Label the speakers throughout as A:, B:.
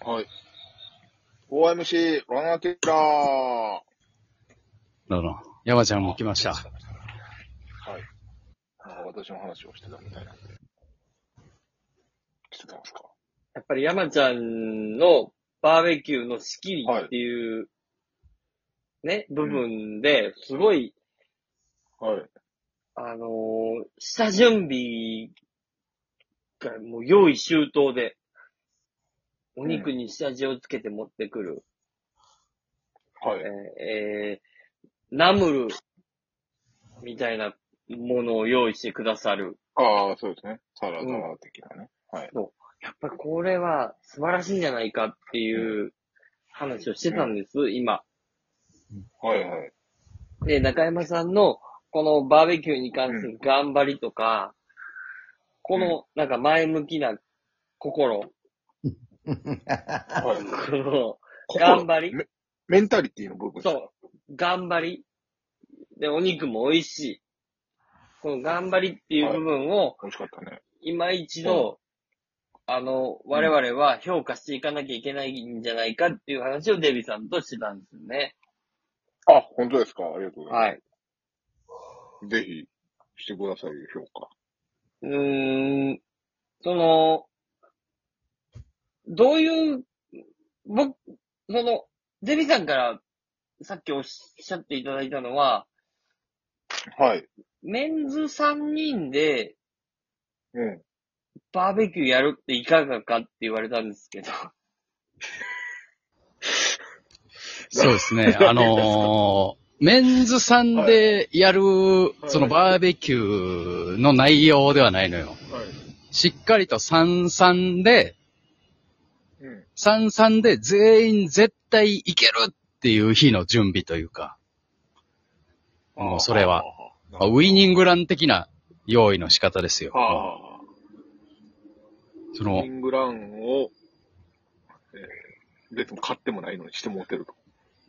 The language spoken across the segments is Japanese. A: はい。OMC、ロナティラー。は
B: どうも。山ちゃんも来ました。
A: い。なんか私の話をしてたみたいなんで。してたんですか
C: やっぱり山ちゃんのバーベキューの仕切りっていう、ね、部分で、すごい、
A: はい。
C: あのー下準備がもう用意周到で、お肉に下地をつけて持ってくる、
A: はい。
C: えーえーナムル、みたいなものを用意してくださる。
A: ああ、そうですね。サラダ的なね。はい。
C: やっぱりこれは素晴らしいんじゃないかっていう話をしてたんです、今。
A: はいはい。
C: で、中山さんの、このバーベキューに関する頑張りとか、この、なんか前向きな心、こ
A: はい。
C: の、
A: 心
C: 頑張り
A: メメンタリティの部分。
C: そう、頑張り。で、お肉も美味しい。この頑張りっていう部分を、
A: 美味しかったね。
C: 今一度、あの、我々は評価していかなきゃいけないんじゃないかっていう話をデビさんとしてたんですよね。
A: あ、本当ですかありがとうございま
C: はい。
A: す。ぜひ、してくださいよ、評価。
C: うーん、その、どういう、僕、その、デビさんからさっきおっしゃっていただいたのは、
A: はい。
C: メンズ3人で
A: うん。
C: バーベキューやるっていかがかって言われたんですけど。
B: そうです ね。あのーメンズさんでやる、そのバーベキューの内容ではないのよ。
A: はい。
B: しっかりと33で、
A: うん。
B: 33で全員絶対いけるっていう日の準備というか、もうそれは
A: あー。
B: ウィニングラン的な用意の仕方ですよ。
A: はあはあはあ。
B: そ
A: ウィ
B: の
A: ニ、ングランを、えー別に買ってもないのにしてもうてると。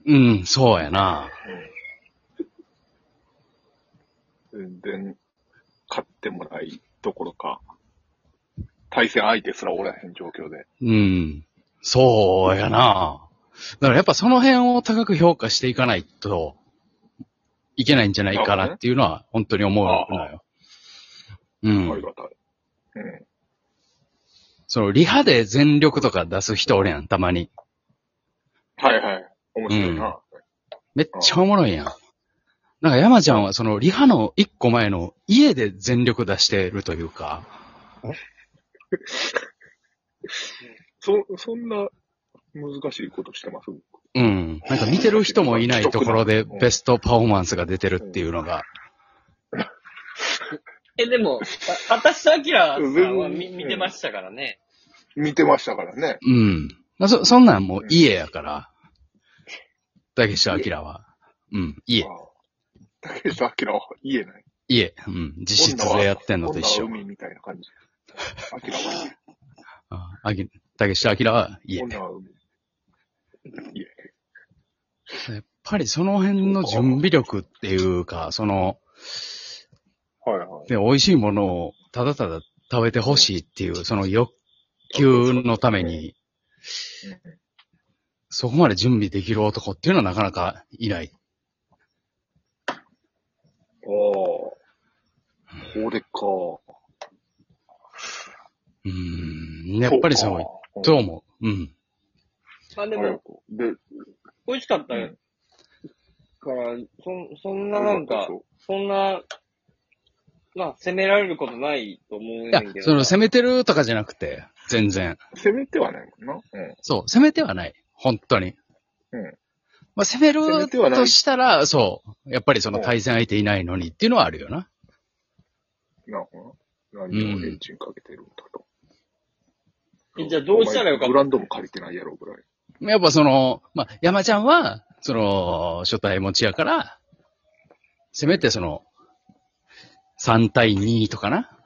B: うん、そうやな。
A: 全然、買ってもないどころか、対戦相手すらおらへん状況で。
B: うん。そうやな。だからやっぱその辺を高く評価していかないといけないんじゃないかなっていうのは本当に思うのよ。う
A: あり
B: ん。
A: がたい。うん。
B: そのリハで全力とか出す人おるやん、たまに。
A: はいはい。面白いな。
B: めっちゃおもろいやん。なんか山ちゃんはそのリハの一個前の家で全力出してるというか、
A: そ、そんな難しいことしてます
B: うん。なんか見てる人もいないところでベストパフォーマンスが出てるっていうのが、
C: え、でも、あ私とアキラさんは
A: う
C: 見
A: ん
C: 見てましたからね。
A: 見てましたからね。
B: うん。まあそ、そんなんもう家やから。竹下明は。うん、家
A: あ。あ竹下明は家ない。
B: 家。うん。実質でやってんのと一緒
A: 女。は海みたいな 感じ。明は
B: ああき竹下明は
A: 家。
B: 家。
A: 女
B: やっ
A: は海。家。
B: ぱりその辺の準備力っていうか、その、
A: はいはい。
B: で美味しいものをただただ食べてほしいっていう、その欲求のために、そこまで準備できる男っていうのはなかなかいない。
A: おー。俺か。
B: うん。やっぱりそう、
A: う
B: と思う。うん。
C: まあ
A: で
C: でも、
A: で、
C: 美味しかった
A: う
C: よ
A: ん
C: から、そん、そんななんか
A: そう、そう
C: そんな、まあ、責められることないと思う
B: い
C: ん
B: や
C: だけど。、
B: その攻めてるとかじゃなくて、全然。
A: 攻めてはないもんな。うん。
B: そう、攻めてはない。本当に。
A: うん
B: まあ、攻め
A: 攻め
B: る
A: てはない
B: としたら、そう。やっぱりその対戦相手いないのにっていうのはあるよな。
A: なるほどな。何をエンジンかけてるんだと。
C: えじゃあどうしたらよかった
A: ブランドも借りてないやろぐらい。
B: やっぱその、まあ、山ちゃんは、その、初対持ちやから、せめてその、3対2とかな。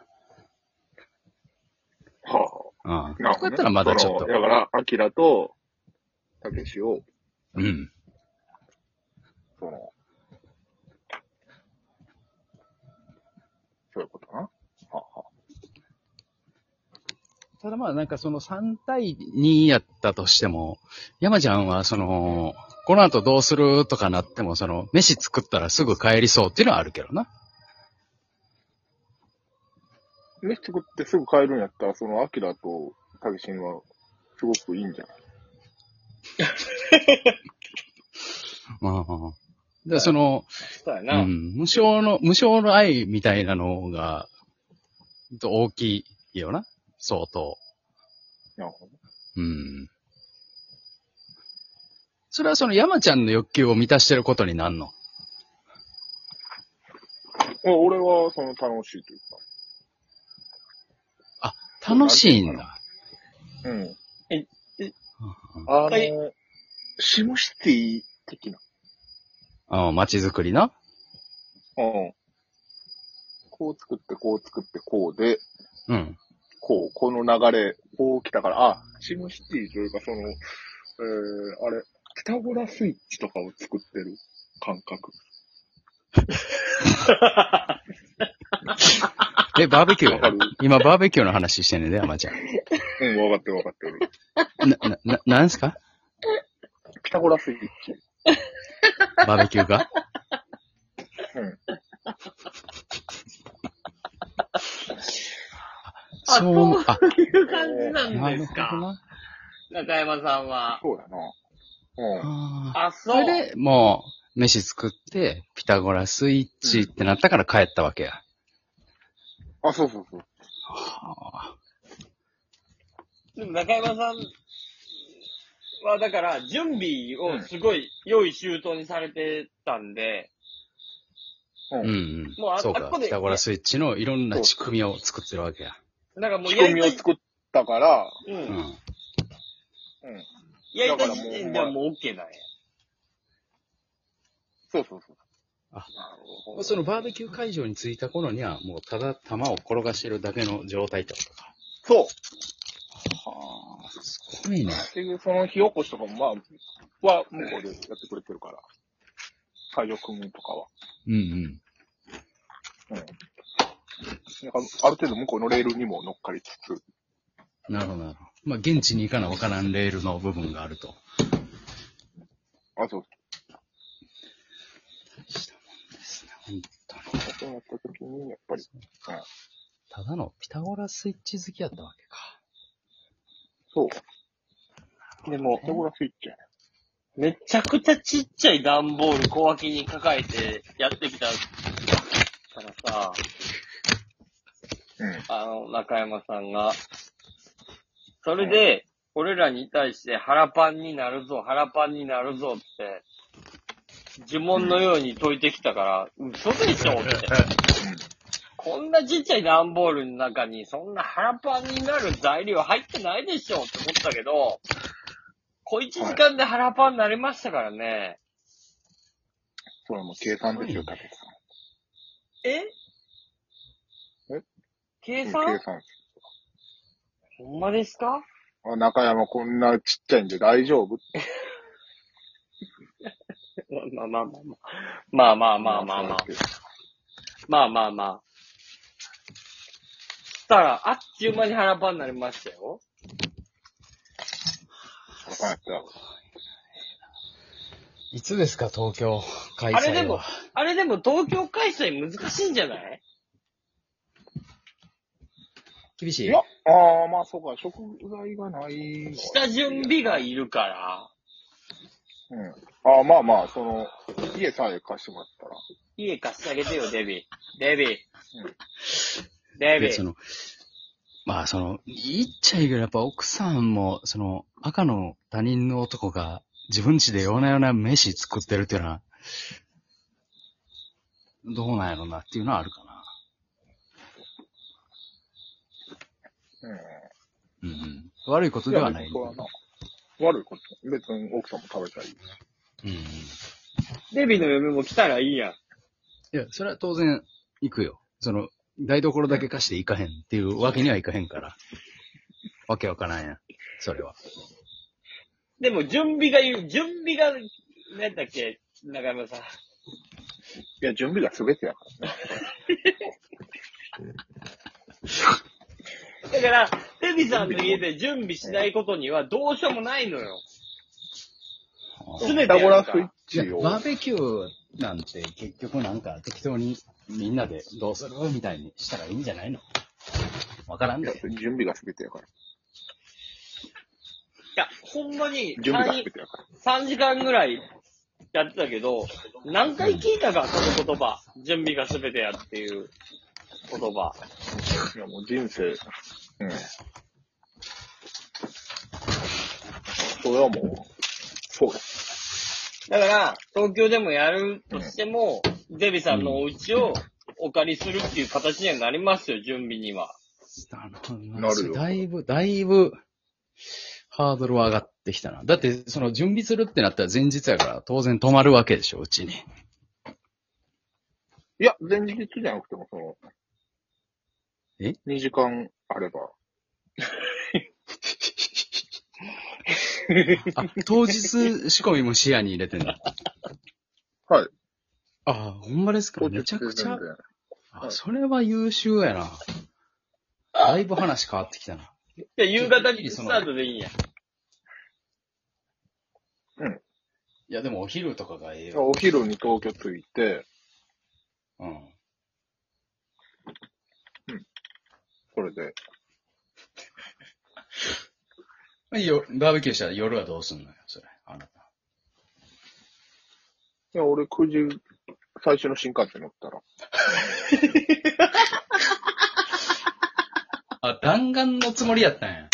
A: は
B: うん。
A: あ。なる
B: こ
A: ほ
B: う
A: ど
B: や
A: ね
B: ったらまだちょっ
A: そ
B: と
A: の。だから、アキラと、たけしを、
B: うん。
A: その、そういうことな。はあはあ
B: ただまあなんかその3対2やったとしても、山ちゃんはその、この後どうするとかなっても、その、飯作ったらすぐ帰りそうっていうのはあるけどな。
A: 飯作ってすぐ帰るんやったら、その、アキラとタケシンは、すごくいいんじゃない
B: まあ。で、その、
C: そうや
B: う
C: な。
B: ん、無償の、無償の愛みたいなのが、大きいよな。相当。
A: なるほど。
B: うん。それはその山ちゃんの欲求を満たしてることになんの
A: まあ俺は、その、楽しいという
B: 楽しいんだ。
A: か。うん。
B: うん
A: あの、
C: はい
A: シムシティ的な。
B: あ街づくりな。
A: うん。こう作って、こう作って、こうで、
B: うん。
A: こう、この流れ、こう来たから、あ、シムシティというか、その、えー、あれ、ピタゴラスイッチとかを作ってる感覚。
B: え、バーベキュー
A: わかる
B: 今バーベキューの話してんねんで、山ちゃん。
A: うん、わかってるわかってる。
B: な、な、な、なんすか
A: ピタゴラスイッチ。
B: バーベキューが
A: うん。
C: あ
B: そう、あ、
C: そういう感じな
B: なん
C: で
B: る
C: す
B: ほ
C: か
B: ど。な。
C: 中山さんは。
A: そうだな。うん。
B: あー
C: あ、そ。
B: そうれで、もう、飯作って、ピタゴラスイッチってなったから帰ったわけや。
A: あ、そうそうそう。
B: はあ
C: でも中山さんは、だから、準備をすごい用意周到にされてたんで、
B: うんうん。
C: もうあ
B: そう
C: あっ
B: か
C: こ、で
B: ピタゴラスイッチのいろんな仕組みを作ってるわけや。
C: なんかもう
A: 仕
C: や
A: 組
C: り
A: みを
C: たい、
A: 作ったから、
C: う。
B: うんん。
A: うん。
C: やり
A: だから
C: たい
A: もう
C: 時点ではもう OK なんや。
A: そうそうそう。
B: そのバーベキュー会場に着いた頃には、もうただ玉を転がしてるだけの状態ってことか。
A: そう。
B: はあ、すごいね。
A: 結局、その火起こしとかも、まあ、は、向こうでやってくれてるから。会場組むとかは。
B: うんうん。
A: うん。なんか、ある程度向こうのレールにも乗っかりつつ。
B: なるほどなるほど。まあ、現地に行かなわからんレールの部分があると。
A: あ、そう。
B: ですね、本当に。
A: そうなった時に、やっぱり。
B: ただのピタゴラスイッチ好きやったわけか。
A: そう。でも、ピタゴラスイッチやね。
C: めちゃくちゃちっちゃい段ボール小脇に抱えてやってきたからさ、
A: うん。
C: あの、中山さんが。それで、俺らに対して腹パンになるぞ、腹パンになるぞって、呪文のように解いてきたから、嘘でしょ って。こんなちっちゃい段ボールの中に、そんな腹パンになる材料入ってないでしょって思ったけど、小1時間で腹パンになりましたからね。
A: それはもう計算ですよ、タケ
C: え
A: え
C: 計
A: さん。うん
C: 算
A: 計算です。
C: ほんまですか
A: あ、中山こんなちっちゃいんで大丈夫
C: まあまあまあまあ。まあまあまあまあ。まあまあまあ。したら、あっちゅう間に腹パンになりましたよ。
A: そうやった。
B: いつですか、東京開催
C: あれでも、あれでも東京開催難しいんじゃない
B: 厳し
A: いや、ああ、まあそうか、食材がないのは
C: 下準備がいるから、
A: うん。ああ、まあまあ、その、家さえ貸してもらったら。
C: 家貸してあげてよ、デビー。デビー。デビ
B: でそ
C: ー。
B: の、まあ、その、言っちゃいいけど、やっぱ奥さんも、その、赤の他人の男が、自分家で夜な夜な飯作ってるっていうのは、どうなんやろなっていうのはあるかな。
A: うん。
B: うんうん。悪いことではない。
A: や別にそれはな悪いこと。別に奥さんも食べたり。
B: うんうん。い
C: デビーの嫁も来たらいいやん。
B: や、それは当然、行くよ。その、台所だけ貸して行かへんっていうわけにはいかへんから。わけわからんやん。それは。
C: でも準備がいる、準備が、なんだっけ、中山さん。
A: いや、準備が全てやから。
C: だから、テビさんの家で準備しないことにはどうしようもないのよ。すべ
A: ピ
C: て
A: タゴ
C: や
A: ラ
C: る
A: ス
C: か
A: イッ
C: ら。
B: いや
A: チを。
B: バーベキューなんて結局なんか適当にみんなでどうするみたいにしたらいいんじゃないのわからん
A: いや
B: で。
A: 準備が全てやから。
C: いや、ほんまに
A: 準備が
C: 3
A: 全、てやから。
C: 3時間ぐらいやってたけど、何回聞いたか、この言葉。準備が全てやっていう言葉。
A: いや、もう人生。うん。それはもう、そうです。
C: だから、東京でもやるとしても、デビさんのお家をお借りするっていう形にはなりますよ、準備には。
A: なるよ
B: だいぶ、だいぶ、ハードルは上がってきたな。だって、その準備するってなったら前日やから当然泊まるわけでしょ、うちに。
A: いや、前日じゃなくても、その、
B: え
A: ?2 時間あれば。
B: あ、当日仕込みも視野に入れてんだ。
A: はい。
B: ああ、ほんまですか
A: 当日
B: めちゃくちゃ
A: 全。然
B: あ、それは優秀やな。だいぶ話変わってきたな。
C: で、夕方にスタートでいいんや。
B: いや、でもお昼とかがええよ。
A: お昼に東京着いて、
B: うん。
A: これで。
B: よ、バーベキューしたら夜はどうすんのよ、それ。あなた。
A: いや、俺9時、最初の新幹線乗ったら。
B: あ、弾丸のつもりやったんや。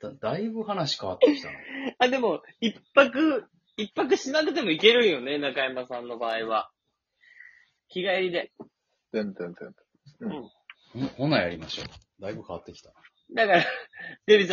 B: だだいぶ話変わってきたな。
C: あ、でも、一泊、一泊しなくてもいけるんよね、中山さんの場合は。日帰りで。
A: 全然全然。
B: ほほなやりましょう。だいぶ変わってきた。
C: だから、デビさん